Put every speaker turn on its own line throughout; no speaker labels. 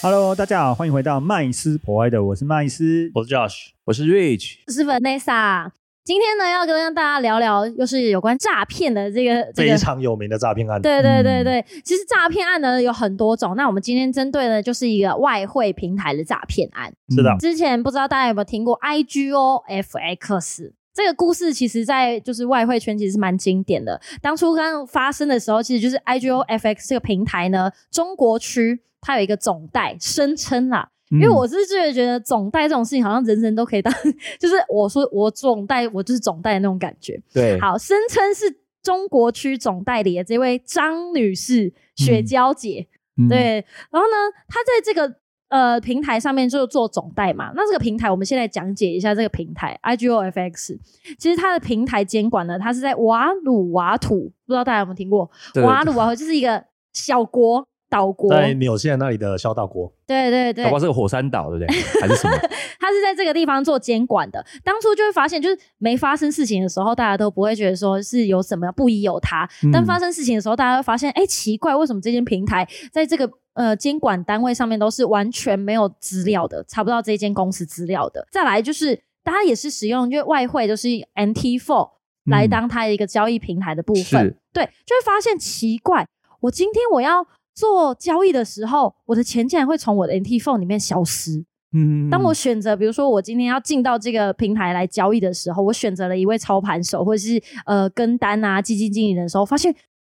Hello，大家好，欢迎回到麦斯博歪的，我是麦斯。
我是 Josh，
我是 Rich，
我是 Vanessa。今天呢，要跟大家聊聊，又是有关诈骗的这个这
非
个。
常有名的诈骗案。
对对对
嗯
对，其实诈骗案呢有很多种，那我们今天针对的就是一个外汇平台的诈骗案。
是的
嗯
之前不知道大家有没有听过 IGOFX 这个故事，其实，在就是外汇圈其实是蛮经典的。当初刚发生的时候，其实就是 IGOFX 这个平台呢，中国区它有一个总代，声称啊啦。
嗯
因
嗯
为我是觉得觉得总代这种事情好像人人都可以当， 就是我说我总代我就是总代的那种感觉。
对，
好，声称是中国区总代理的这位张女士雪娇姐，
嗯，
对，然后呢，她在这个呃平台上面就做总代嘛。那这个平台，我们现在讲解一下这个平台 IGOFX。其实它的平台监管呢，它是在瓦鲁瓦土，不知道大家有没有听过？
对
瓦鲁瓦土就是一个小国岛国，
在纽西兰那里的小岛国，
对对对
搞不，好是个火山岛，对不 对？还是什么？
他是在这个地方做监管的。当初就会发现，就是没发生事情的时候，大家都不会觉得说是有什么不疑有他。
嗯
但发生事情的时候，大家会发现，哎、奇怪，为什么这间平台在这个呃监管单位上面都是完全没有资料的，查不到这间公司资料的？再来就是，大家也是使用，因为外汇就是 NT Four 来
嗯
当它的一个交易平台的部分，
是
对，就会发现奇怪，我今天我要。做交易的时候，我的钱竟然会从我的 NT Phone 里面消失。
嗯
当我选择，比如说我今天要进到这个平台来交易的时候，我选择了一位操盘手或者是呃跟单啊基金经理人的时候，发现，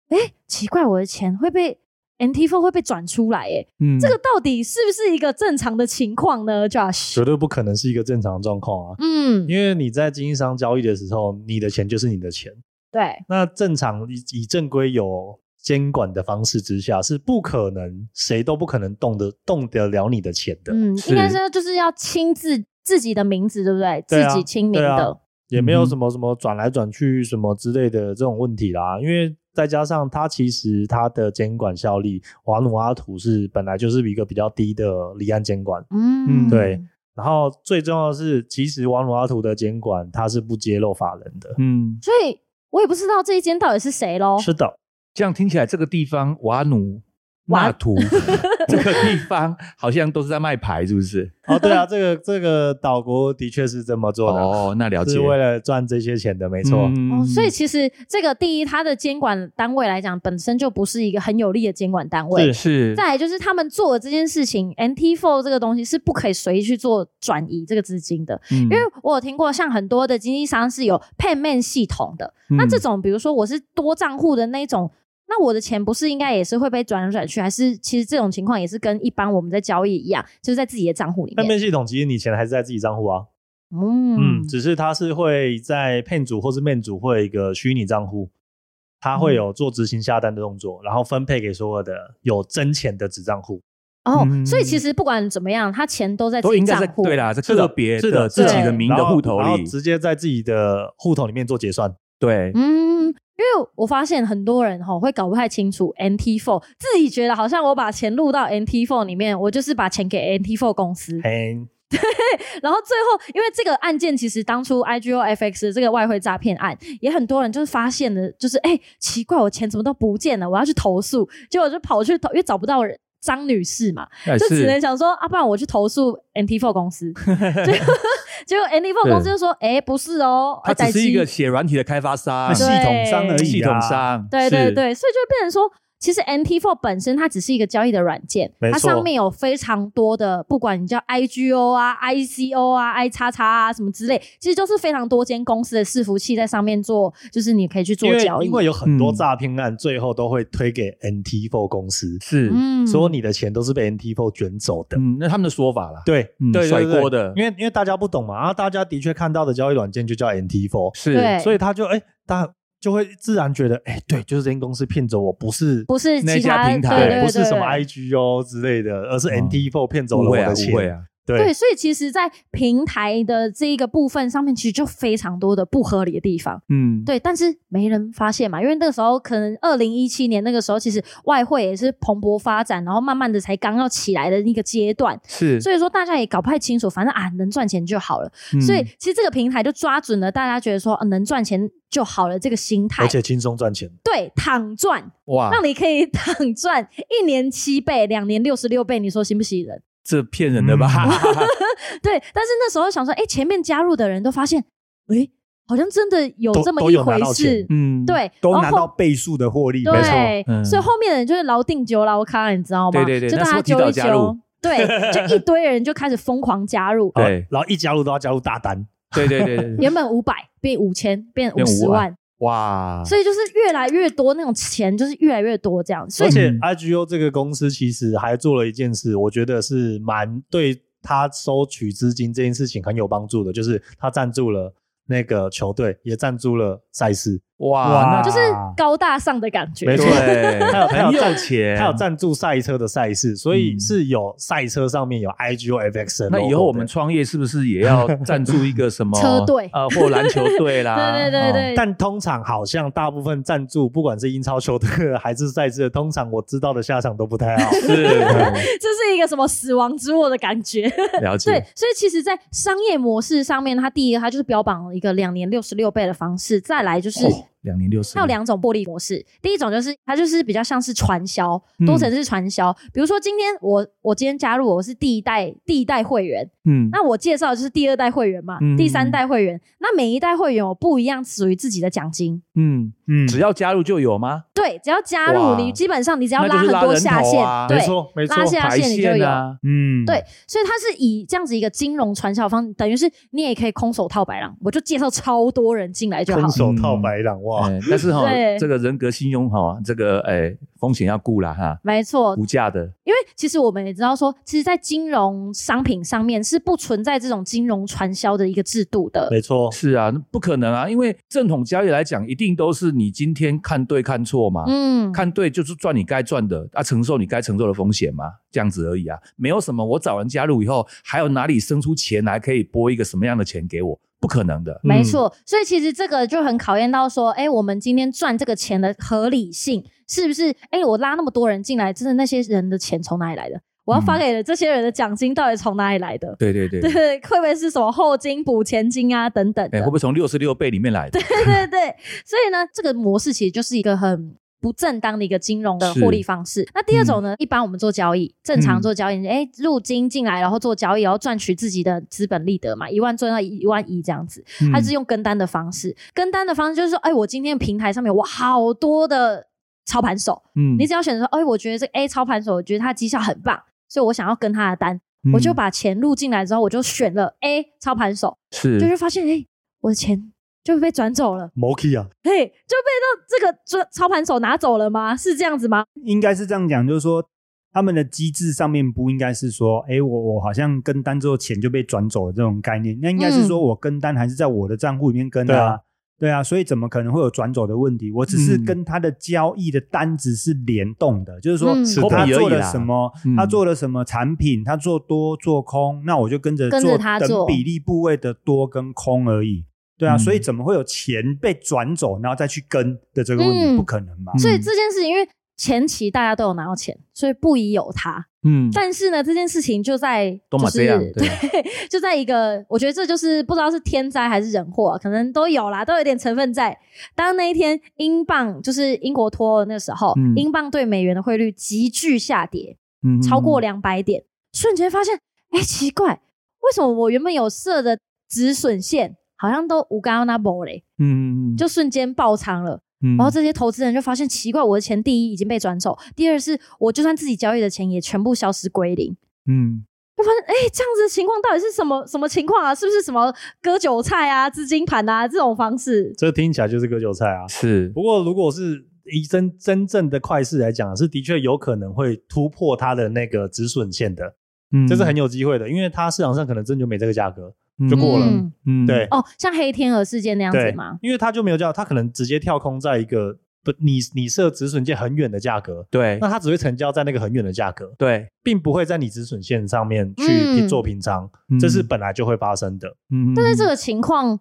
哎，奇怪，我的钱会被 NT Four 会被转出来，哎，
嗯
这个到底是不是一个正常的情况呢，Josh？
绝对不可能是一个正常的状况啊。
嗯，
因为你在经纪商交易的时候，你的钱就是你的钱。
对，
那正常以以正规有监管的方式之下，是不可能谁都不可能动得动得了你的钱的，
嗯，
是
应该是就是要亲自自己的名字，对不对？
对啊
自己亲名
对啊
的，
也没有什么什么转来转去什么之类的这种问题啦。因为再加上它其实它的监管效力，瓦努阿图是本来就是一个比较低的离岸监管。
嗯，
嗯
对，然后最重要的是，其实瓦努阿图的监管它是不揭露法人的。
哦
嗯
所以我也不知道这一间到底是谁喽。
是的，
这样听起来，这个地方瓦努、
瓦
纳 图这个地方好像都是在卖牌，是不 是？
哦，对啊，这个这个岛国的确是这么做的，啊
哦，那了解嗯
是。为了赚这些钱的，没错。
哦，所以其实这个第一，它的监管单位来讲，本身就不是一个很有力的监管单位。
是
再来就是他们做的这件事情，NT4 这个东西是不可以随意去做转移这个资金的，
因
因
嗯
为我有听过像很多的经纪商是有 payment 系统的，那
嗯
这种比如说我是多账户的那种，那我的钱不是应该也是会被转来转去，还是其实这种情况也是跟一般我们在交易一样，就是在自己的账户里
那
面，
面系统其实你钱还是在自己账户啊，
嗯
嗯，只是它是会在骗组或是面组会有一个虚拟账户，它
嗯
会有做执行下单的动作，然后分配给所有的有真钱的子账户，
哦，
嗯
所以其实不管怎么样，他钱都在自
都
己
应该
账
在
户，
对啦，在
是的
个别
是的
自己
对
的名的
然后
户头
然后
里，啊
直接在自己的户头里面做结算。
对，
嗯，因为我发现很多人哈会搞不太清楚 NT Four，自己觉得好像我把钱入到 NT Four 里面，我就是把钱给 NT Four 公司，
嘿，
然后最后因为这个案件其实当初 IGOFX 的这个外汇诈骗案，也很多人就是发现了，就是哎、奇怪，我钱怎么都不见了，我要去投诉，结果就跑去投，因为找不到人。张女士嘛，
哎
就只能
是
想说啊，不然我去投诉 NT Four 公司。结果结果 NT Four 公司就说，哎、不是哦，
它只
待
是一
机
个写软体的开发商
那系、统商而已、啊，
系统，商，
嗯对
是
对，对，所以就会变成说，其实 NT4 本身它只是一个交易的软件，
没
它
错
上面有非常多的，不管你叫 IGO 啊、ICO 啊、I 叉叉啊什么之类，其实就是非常多间公司的伺服器在上面做，就是你可以去做
因为
交易
因。为有很多
嗯
诈骗案最后都会推给 NT4 公司，
是
嗯
所有你的钱都是被 NT4 卷走的。
嗯，那他们的说法啦，
对，
嗯
对
甩
对对
锅的
因为因为大家不懂嘛，啊，大家的确看到的交易软件就叫 NT4，
是
对
所以他就哎，大家就会自然觉得，哎，对，就是这间公司骗走我，不是哎
不是
那
其
家
他
平台
对对对哦
不是什么
对
IGO 之类的，而是
嗯
NT4 骗走了
误
我
会啊，
的
误会
钱。
啊，
对，
所以其实，在平台的这一个部分上面，其实就非常多的不合理的地方。
嗯，
对，但是没人发现嘛，因为那个时候可能二零一七年那个时候，其实外汇也是蓬勃发展，然后慢慢的才刚要起来的一个阶段，
是，
所以说大家也搞不太清楚，反正啊能赚钱就好了。
嗯
所以其实这个平台就抓准了大家觉得说、啊、能赚钱就好了这个心态
而，且啊轻松赚钱，
对，躺赚，
哇，
让你可以 躺赚一年七倍，两年六十六倍，你说行不行人？
这骗人的吧？
嗯对，但是那时候想说，哎，前面加入的人都发现，哎，好像真的有
都
这么
都
一
有拿
回
到
事
钱，
嗯，
对，
都
然
拿
后
到倍数的获利，没错。
对，
嗯
所以后面的人就是牢定久牢卡，你知道吗？
对对对
就
那时
大家
候提
揪
早
一
加入
揪， 对，就一堆人就开始疯狂加入，
对
然后一加入都要加入大单，
哦对对对对，对
原本五百变五千，变五
变
十
50
万，
哇，
所以就是越来越多那种钱，就是越来越多这样，所
而
以。
且
嗯
IGO 这个公司其实还做了一件事，我觉得是蛮对他收取资金这件事情很有帮助的，就是他赞助了那个球队，也赞助了赛事，
哇，那
就是高大上的感觉，
没错
对，
他有他有
很有
赞
钱，
他有赞助赛车的赛事，所以
嗯
是有赛车上面有 IGO FX 的 logo
那
的。
以后我们创业是不是也要赞助一个什么
车队
呃，或篮球队啦？
对对对对，
哦
但通常好像大部分赞助，不管是英超球队还是赛事，通常我知道的下场都不太好。
哦，
这是一个什么死亡之握的感觉？
是了
对
解，，
所以其实，在商业模式上面，它第一个它就是标榜了一个两年六十六倍的方式，再来就是
哦两年六十，
它有两种获利模式，第一种就是它就是比较像是传销，
嗯
多层次传销。比如说今天我我今天加入我是第一代第一代会员，
嗯，
那我介绍的就是第二代会员嘛，
嗯
第三代会员，那每一代会员有不一样属于自己的奖金。
嗯，
嗯，
只要加入就有吗？
对，只要加入
哇
你，基本上你只要
那就是
很
拉
多
人
下
头
线，
啊
对
没，
错，没
拉下
排
线你就
线
有。
啊，
嗯，
对，所以它是以这样子一个金融传销方式，等于是你也可以空手套白狼，我就介绍超多人进来就好
空
了。
手套白狼哇！
哎但是哈
对，
这个人格信用哈，这个哎风险要顾啦哈，
没错，
无价的，
因为其实我们也知道说，其实，在金融商品上面是不存在这种金融传销的一个制度的。
没错，
是啊，那不可能啊，因为正统交易来讲，一定都是你今天看对看错嘛，
嗯，
看对就是赚你该赚的，啊，承受你该承受的风险嘛，这样子而已啊，没有什么我找人加入以后，还有哪里生出钱来可以拨一个什么样的钱给我，不可能的，
没错。所以其实这个就很考验到说，哎，我们今天赚这个钱的合理性是不是？哎，我拉那么多人进来，真的那些人的钱从哪里来的？我要发给了这些人的奖金到底从哪里来的？
对对嗯对，
对，会不会是什么后金补前金啊等等
哎，
的
会不？会从六十六倍里面来的？
对对对，所以呢，这个模式其实就是一个很不正当的一个金融的
是嗯
获利方式。那第二种呢，一般我们做交易，正常做交易，哎、入金进来，然后做交易，然后赚取自己的资本利得嘛，一万赚到一万一这样子，它
嗯
是用跟单的方式。跟单的方式就是说，哎，我今天平台上面我好多的操盘手，
嗯
你只要选择说，哎，我觉得这个 A 操盘手，我觉得他绩效很棒，所以我想要跟他的单，
嗯
我就把钱入进来之后，我就选了 A 操盘手，
是
就是发现，哎，我的钱就被转走了。
摩 key 啊，
嘿，就被到这个操操盘手拿走了吗？是这样子吗？
应该是这样讲，就是说他们的机制上面不应该是说，哎，我我好像跟单之后钱就被转走了这种概念，那应该是
嗯
说我跟单还是在我的账户里面跟
对
啊
啊。
对啊，所以怎么可能会有转走的问题？我只是
嗯
跟他的交易的单子是联动的，就是说
嗯是
他
的
做了什么
嗯，
他做了什么产品，他做多做空，那我就跟着
跟着他
等
做
比例部位的多跟空而已。对啊，
嗯
所以怎么会有钱被转走，然后再去跟的这个问题？
嗯
不可能嘛。
所以这件事情，因为前期大家都有拿到钱，所以不宜有他。
嗯，
但是呢，这件事情就在
都
就
嘛
是
这样对啊
对，就在一个，我觉得这就是不知道是天灾还是人祸啊、可能都有啦，都有点成分在。当那一天英镑就是英国脱欧的那时候，
嗯
英镑对美元的汇率急剧下跌，超
嗯
过两百点，瞬间发现，哎、奇怪，为什么我原本有设的止损线好像都无干那波嘞？
嗯，嗯，
就瞬间爆仓了。
嗯
然后这些投资人就发现奇怪，我的钱第一已经被转走，第二是我就算自己交易的钱也全部消失归零。
嗯
就发现，哎、这样子的情况到底是什么什么情况啊？是不是什么割韭菜啊、资金盘啊这种方式？
这听起来就是割韭菜啊。
是
不过如果是以真真正的快市来讲，是的确有可能会突破它的那个止损线的，
嗯
这是很有机会的，因为它市场上可能真就没这个价格，就过了
嗯
嗯
对
哦，像黑天鹅事件那样子
对
吗？
因为它就没有叫它可能直接跳空在一个不，你你设止损线很远的价格，
对
那它只会成交在那个很远的价格，
对，
并不会在你止损线上面去
嗯
拼做平仓，
嗯
这是本来就会发生的。
嗯，
但是这个情况，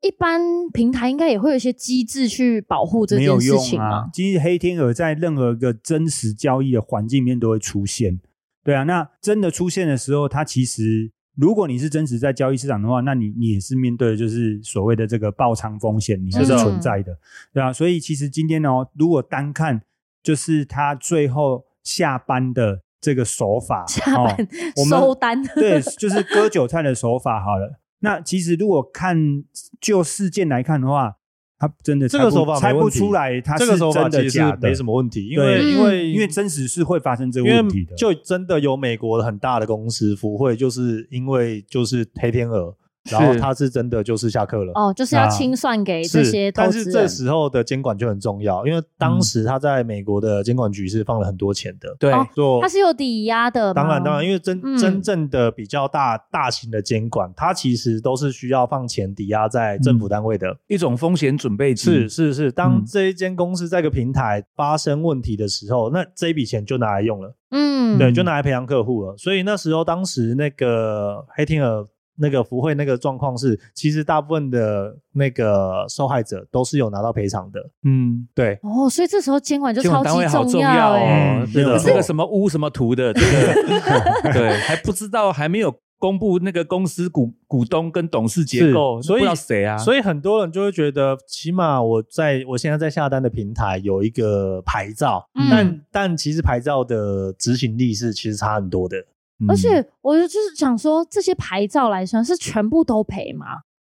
一般平台应该也会有一些机制去保护这
没
件
有
事
用
情
啊
嘛。。
其实黑天鹅在任何一个真实交易的环境里面都会出现，对啊。那真的出现的时候，它其实如果你是真实在交易市场的话，那你你也是面对的就是所谓的这个爆仓风险，你是
是的
存在的，对啊。所以其实今天哦，如果单看就是它最后下班的这个手法，
下
哦
班、
我们
收单，
对，就是割韭菜的手法好了。那其实如果看就事件来看的话，他真的
这
猜
个
不
手法没
猜不
问题
出来，他
这
是
个手法
真
其
的
实
假
是
的，
没什么问题，因
对
为因为
因为真实是会发生这个
因为
问题的。
就真的有美国很大的公司福会，就是因为就是黑天鹅，然后它是真的就是下课了。
哦，就是要
啊
清算给这些
是，
投
但
资
是这
人。嗯
时候的监管就很重要，因为当时他在美国的监管局是放了很多钱的。
对
哦
做
它是有抵押的吗，
当然，当然，因为真、
嗯
真正的比较大大型的监管，它其实都是需要放钱抵押在政府单位的。
一种风险准备金
是是是，当
嗯
这一间公司在一个平台发生问题的时候，那这一笔钱就拿来用了，
嗯，
对，就拿来培养客户了。所以那时候，当时那个黑天鹅那个福慧那个状况是，其实大部分的那个受害者都是有拿到赔偿的。
嗯，
对，
哦，所以这时候监管就
监
超
管单
级
位好重
要哎、
哦
嗯，
这
没
个
有
这个
错
什么屋什么图的，这 个对，还不知道还没有公布那个公司股股东跟董事结
是
构，
所以
不知道谁啊，
所以很多人就会觉得，起码我在我现在在下单的平台有一个牌照，
嗯
但但其实牌照的执行力是其实差很多的。
以
而且我就是想说，这些牌照来算是全部都赔吗？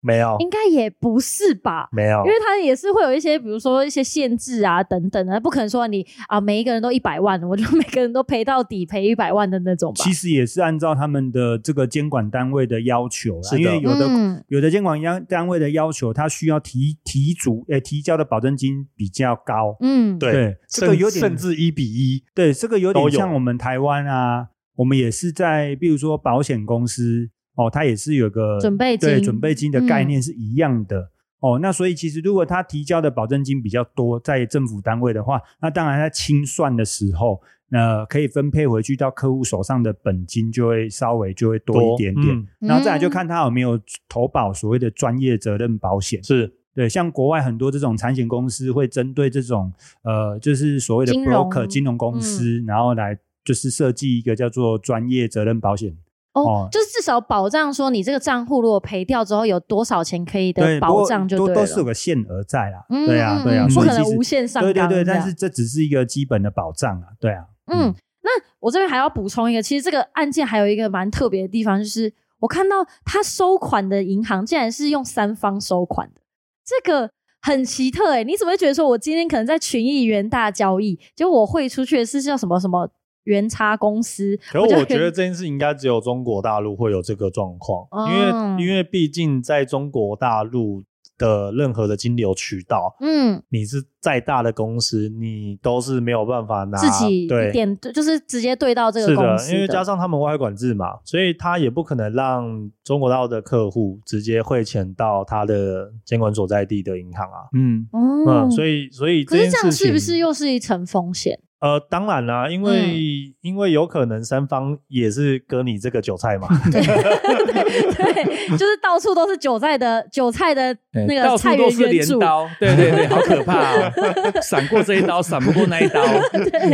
没有，
应该也不是吧。
没有
因，为它也是会有一些，比如说一些限制啊等等的，不可能说你啊每一个人都一百万，我就每个人都赔到底赔一百万的那种吧。
其实也是按照他们的这个监管单位的要求啦，
是的
因为有的、
嗯
有的监管单单位的要求，他需要提提足诶、提交的保证金比较高。
嗯，
对
对，这个
甚
有点
甚至一比一，
对，这个有
都
点
有
像我们台湾啊，我们也是在，比如说保险公司哦，它也是有个
准备金嗯
对准备金的概念是一样的。哦，那所以其实如果他提交的保证金比较多，在政府单位的话，那当然在清算的时候，呃，可以分配回去到客户手上的本金就会稍微就会多一点点，
嗯
然后再来就
嗯
看他有没有投保所谓的专业责任保险。
是
对，像国外很多这种产险公司会针对这种呃，就是所谓的
金融嗯
broker 金融公司，然后来就是设计一个叫做专业责任保险。
哦
哦，
就是至少保障说你这个账户如果赔掉之后有多少钱可以的
对，不
保
过
障就
都
对
都是有
了。
个限额在啦。
嗯
对啊，对啊，
嗯不
所以
可
其
能
实
无限上
对对
纲
对，
这
但
样
是这只是一个基本的保障啊。对啊，
嗯，那我这边还要补充一个，其实这个案件还有一个蛮特别的地方，就是我看到他收款的银行竟然是用三方收款的，这个很奇特哎、你怎么会觉得说我今天可能在群益元大交易，结果我汇出去的是叫什么什么元差公司？
可是
就
我觉得这件事应该只有中国大陆会有这个状况，因
哦
为因为毕竟在中国大陆的任何的金流渠道，
嗯，
你是再大的公司，你都是没有办法拿
自己
对
点就是直接对到这个
是
公司
的，因为加上他们外汇管制嘛，所以他也不可能让中国大陆的客户直接汇钱到他的监管所在地的银行啊。
嗯，
哦、
嗯，所以所以
可
这
是
件
这
事
样
情
是不是又是一层风险？
呃，当然啦，因为、
嗯
因为有可能三方也是割你这个韭 菜嘛，
对，就是到处都是韭菜的韭菜的
哎
那
到
个
处
菜
都
园
是
原
镰
主，
刀， 对对对，好可怕哦，闪过这一刀，闪不过那一 刀，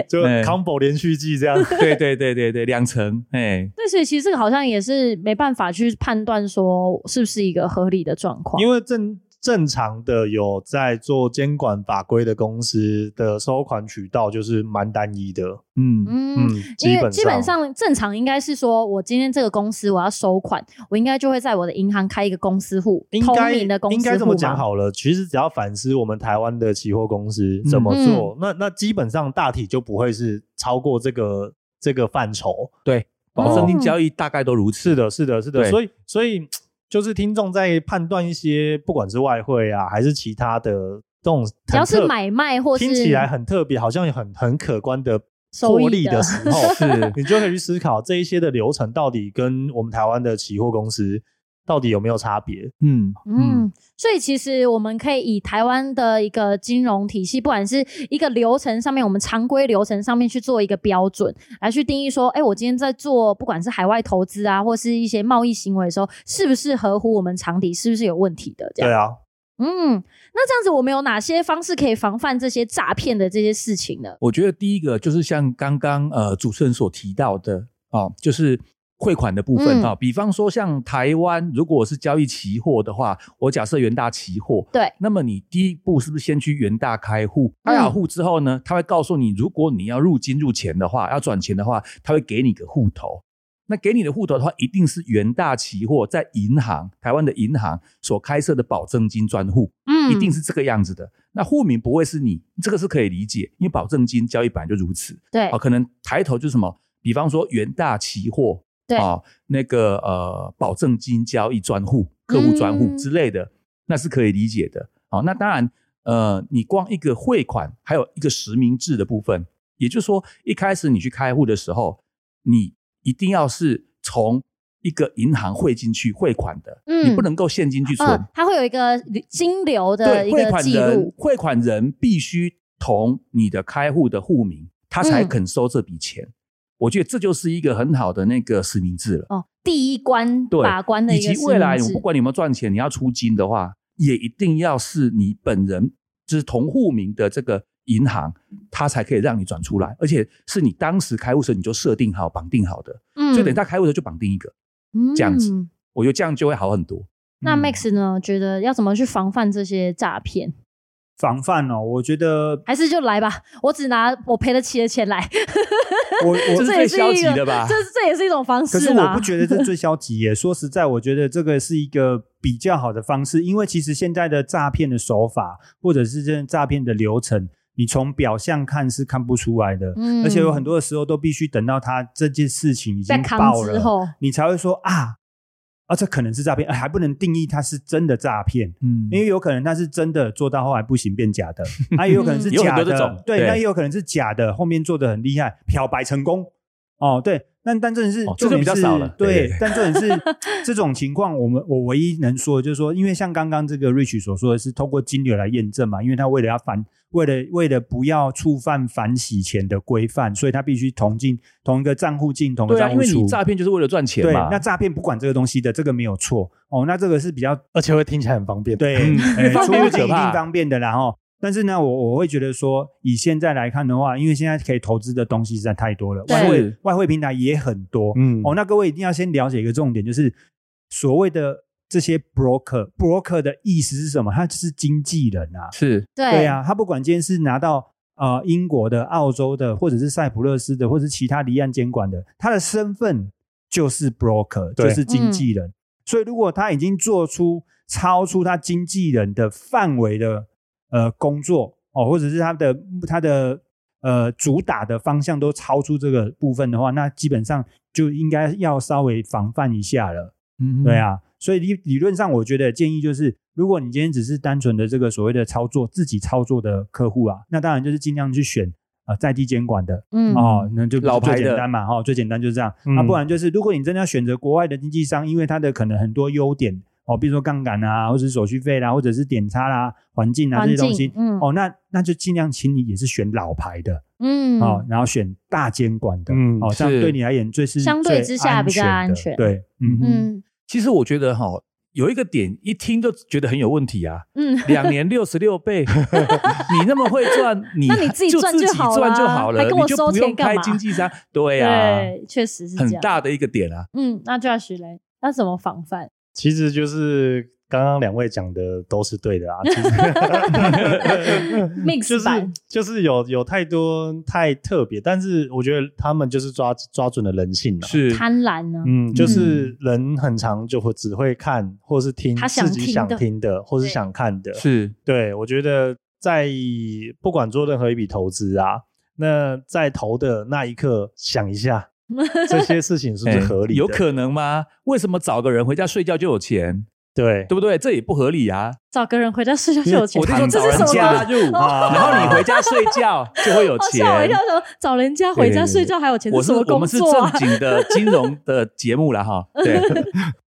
就
哎
combo 连续记这样。
对对对对对，两层，哎，
对，所以其实这个好像也是没办法去判断说是不是一个合理的状况。
因为正正常的有在做监管法规的公司的收款渠道就是蛮单一的，
嗯，
嗯
嗯，，
基
因为
本
基本上正常应该是说，我今天这个公司我要收款，我应该就会在我的银行开一个公司户，
应
透
该
明的公司户
应该这么讲
嘛。嗯
好了。其实只要反思我们台湾的期货公司
嗯
怎么
嗯
做，那那基本上大体就不会是超过这个这个范畴。
保证金交易大概都如此，
是的，是的，是的。
对
所以所以就是听众在判断一些不管是外汇啊，还是其他的这种很特，
只要是买卖或是
听起来很特别，好像很很可观的
收益
获利
的
的时候，
是
你就可以去思考这一些的流程到底跟我们台湾的期货公司到底有没有差别？
嗯嗯
嗯，所以其实我们可以以台湾的一个金融体系，不管是一个流程上面，我们常规流程上面去做一个标准，来去定义说，哎，我今天在做不管是海外投资啊，或是一些贸易行为的时候，是不是合乎我们常理，是不是有问题的？这样，
对啊，
嗯，那这样子我们有哪些方式可以防范这些诈骗的这些事情呢？
我觉得第一个就是像刚刚呃主持人所提到的哦，就是汇款的部分
嗯
哈、比方说像台湾，如果是交易期货的话，我假设元大期货，
对，
那么你第一步是不是先去元大开户？开好户之后呢，他会告诉你，如果你要入金入钱的话，要转钱的话，他会给你个户头。那给你的户头的话，一定是元大期货在银行台湾的银行所开设的保证金专户。
嗯，
一定是这个样子的。那户名不会是你，这个是可以理解，因为保证金交易本来就如此。
对
啊，可能抬头就是什么，比方说元大期货，
对
啊，那个呃保证金交易专户、客户专户
嗯
之类的，那是可以理解的。好、那当然，呃，你光一个汇款，还有一个实名制的部分，也就是说，一开始你去开户的时候，你一定要是从一个银行汇进去汇款的，
嗯
你不能够现金去存。
嗯，它会有一个金流的
对，
一
汇
个
款
记
人
录，
汇款人必须同你的开户的户名，他才
嗯
肯收这笔钱。我觉得这就是一个很好的那个实名制了，
哦，第一关
对
把关的
以
一个
及未来
实名
我
制
不管你有没有赚钱，你要出金的话，也一定要是你本人就是同户名的这个银行，它才可以让你转出来，而且是你当时开户时候你就设定好、绑定好的，
嗯
所以等他开户的时候就绑定一个，这样子
嗯
我觉得这样就会好很多。
那
嗯
Max 呢？觉得要怎么去防范这些诈骗？
防范哦，我觉 得
还是就来吧，我只拿我赔得起的钱来，
我我
这是
这
最
也是
消
一
极
个，
的吧？
这这也是一种方式
可是
吧。
我不觉得这最消极耶。说实在，我觉得这个是一个比较好的方式，因为其实现在的诈骗的手法，或者是这诈骗的流程，你从表象看是看不出来的，
嗯
而且有很多的时候都必须等到他这件事情已
在
经
康
爆
之
了，
后，
你才会说啊啊，这可能是诈骗，呃还不能定义它是真的诈骗。
嗯
因为有可能它是真的做到后来不行变假的，啊，也有可能是
嗯
有很
假
多这
的
种，
对，
对
那也有可能是假的，后面做的很厉害，漂白成功，哦，对，但但真的是
哦
重点是，
这就比较少了对
对
对对，
但重点是这种情况，我们我唯一能说的就是说，因为像刚刚这个 Rich 所说的是通过金流来验证嘛，因为他为了要反，为了为了不要触犯反洗钱的规范，所以他必须同进同一个账户进同一个
对啊，
账
因
户
为
出
你。诈骗就是为了赚钱
对，
嘛。
那诈骗不管这个东西的，这个没有错哦。那这个是比较
而且会听起来很方便。
对，
嗯
哎
方
出
便
入
越
境
可
一定
怕
方便的啦吼。但是呢，我我会觉得说，以现在来看的话，因为现在可以投资的东西实在太多了，
对
外汇
是
外汇平台也很多。
嗯，
哦，那各位一定要先了解一个重点，就是所谓的这些 broker broker 的意思是什么？他就是经纪人啊，
是
对
对啊，他不管今天是拿到呃英国的、澳洲的，或者是塞浦路斯的，或者是其他离岸监管的，他的身份就是 broker，
对
就是经纪人。所以如果他已经做出超出他经纪人的范围的呃工作哦，或者是他的他的呃主打的方向都超出这个部分的话，那基本上就应该要稍微防范一下了。
嗯
对，啊，所以理理论上，我觉得建议就是，如果你今天只是单纯的这个所谓的操作自己操作的客户啊，那当然就是尽量去选呃在地监管的
嗯，
哦，那就
老牌
最简
的
单嘛，哈、哦，最简单就是这样。那、
嗯
不然就是，如果你真的要选择国外的经纪商，因为它的可能很多优点哦，比如说杠杆啊，或者是手续费啦，或者是点差啦、环境啊
环
这些
境
东西，
嗯
哦，那那就尽量请你也是选老牌的
嗯，
哦，然后选大监管的、
嗯
哦，这样
是
对你而言最是
相对之下比较
最
安
的
全
对，嗯
嗯
其实我觉得哈、有一个点一听就觉得很有问题啊。
嗯，
两年六十六倍， 你那么会赚，你
那你自己
就
赚
自己
就好
赚就
啦
好了，
还跟我
你就
收
不用
钱干
开
嘛
经济商。对啊，
对，确实是这
很
样。
大的一个点啊。
嗯，那 Josh 嘞，那怎么防范？
其实就是刚刚两位讲的都是对的啊。其实
Mix
就是
版
就是有有太多太特别，但是我觉得他们就是抓抓准了人性了、
是
贪婪呢？
嗯，就是人很长就会只会看或是听
他想
自
听的
己想听的，或是
对
想看的。
是，
对，我觉得在不管做任何一笔投资啊，那在投的那一刻想一下，这些事情是不 是
哎
合理的？
有可能吗？为什么找个人回家睡觉就有钱，
对
对不对？这也不合理啊。
找个人回家睡觉就有钱，
我就说
这
找
是
人
什么
加
东西？
入，啊
哦
然后你回家睡觉就会 有
哦
钱
吓。我一跳，说找人家回家睡觉还有钱，
我
这
是
什么
我
工啊
们是
作
正
啊？
经的金融的节目了哈，对，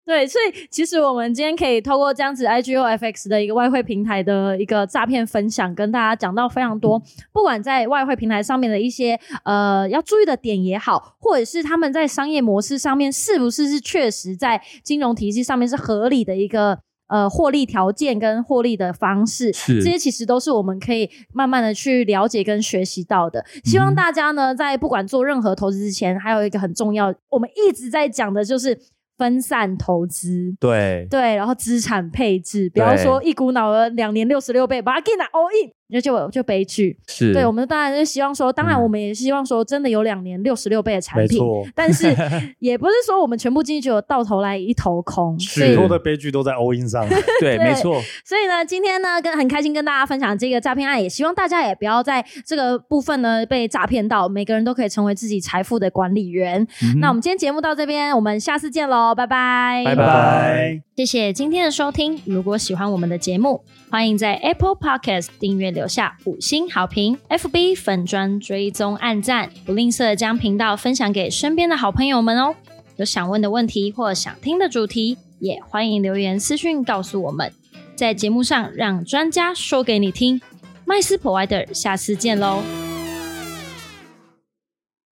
对，所以其实我们今天可以透过这样子 IGOFX 的一个外汇平台的一个诈骗分享，跟大家讲到非常多，不管在外汇平台上面的一些呃要注意的点也好，或者是他们在商业模式上面是不是是确实在金融体系上面是合理的一个。呃，获利条件跟获利的方式，
是
这些 其实都是我们可以慢慢的去了解跟学习到的。希望
嗯
大家呢，在不管做任何投资之前，还有一个很重要，我们一直在讲的就是分散投资。
对，
对，然后资产配置，不要
对
说一股脑儿两年六十六倍，把它给拿 all in，那就就悲剧。
是，
对，我们当然就希望说，当然
嗯
我们也希望说，真的有两年六十六倍的产
没
品，
错，
但是也不是说我们全部进去就到头来一头空。所
许
以
是
多的悲剧都在 all in 上。
对，
对
没错，
所以呢，今天呢，跟很开心跟大家分享这个诈骗案，也希望大家也不要在这个部分呢被诈骗到，每个人都可以成为自己财富的管理员。
嗯
那我们今天节目到这边，我们下次见喽，拜拜，
拜
拜拜。
谢谢今天的收听。如果喜欢我们的节目，欢迎在 Apple Podcast 订阅留下五星好评，FB 粉砖追踪按赞，不吝啬将频道分享给身边的好朋友们哦。有想问的问题或想听的主题，也欢迎留言私讯告诉我们，在节目上让专家说给你听。麦斯 Provider，下次见喽。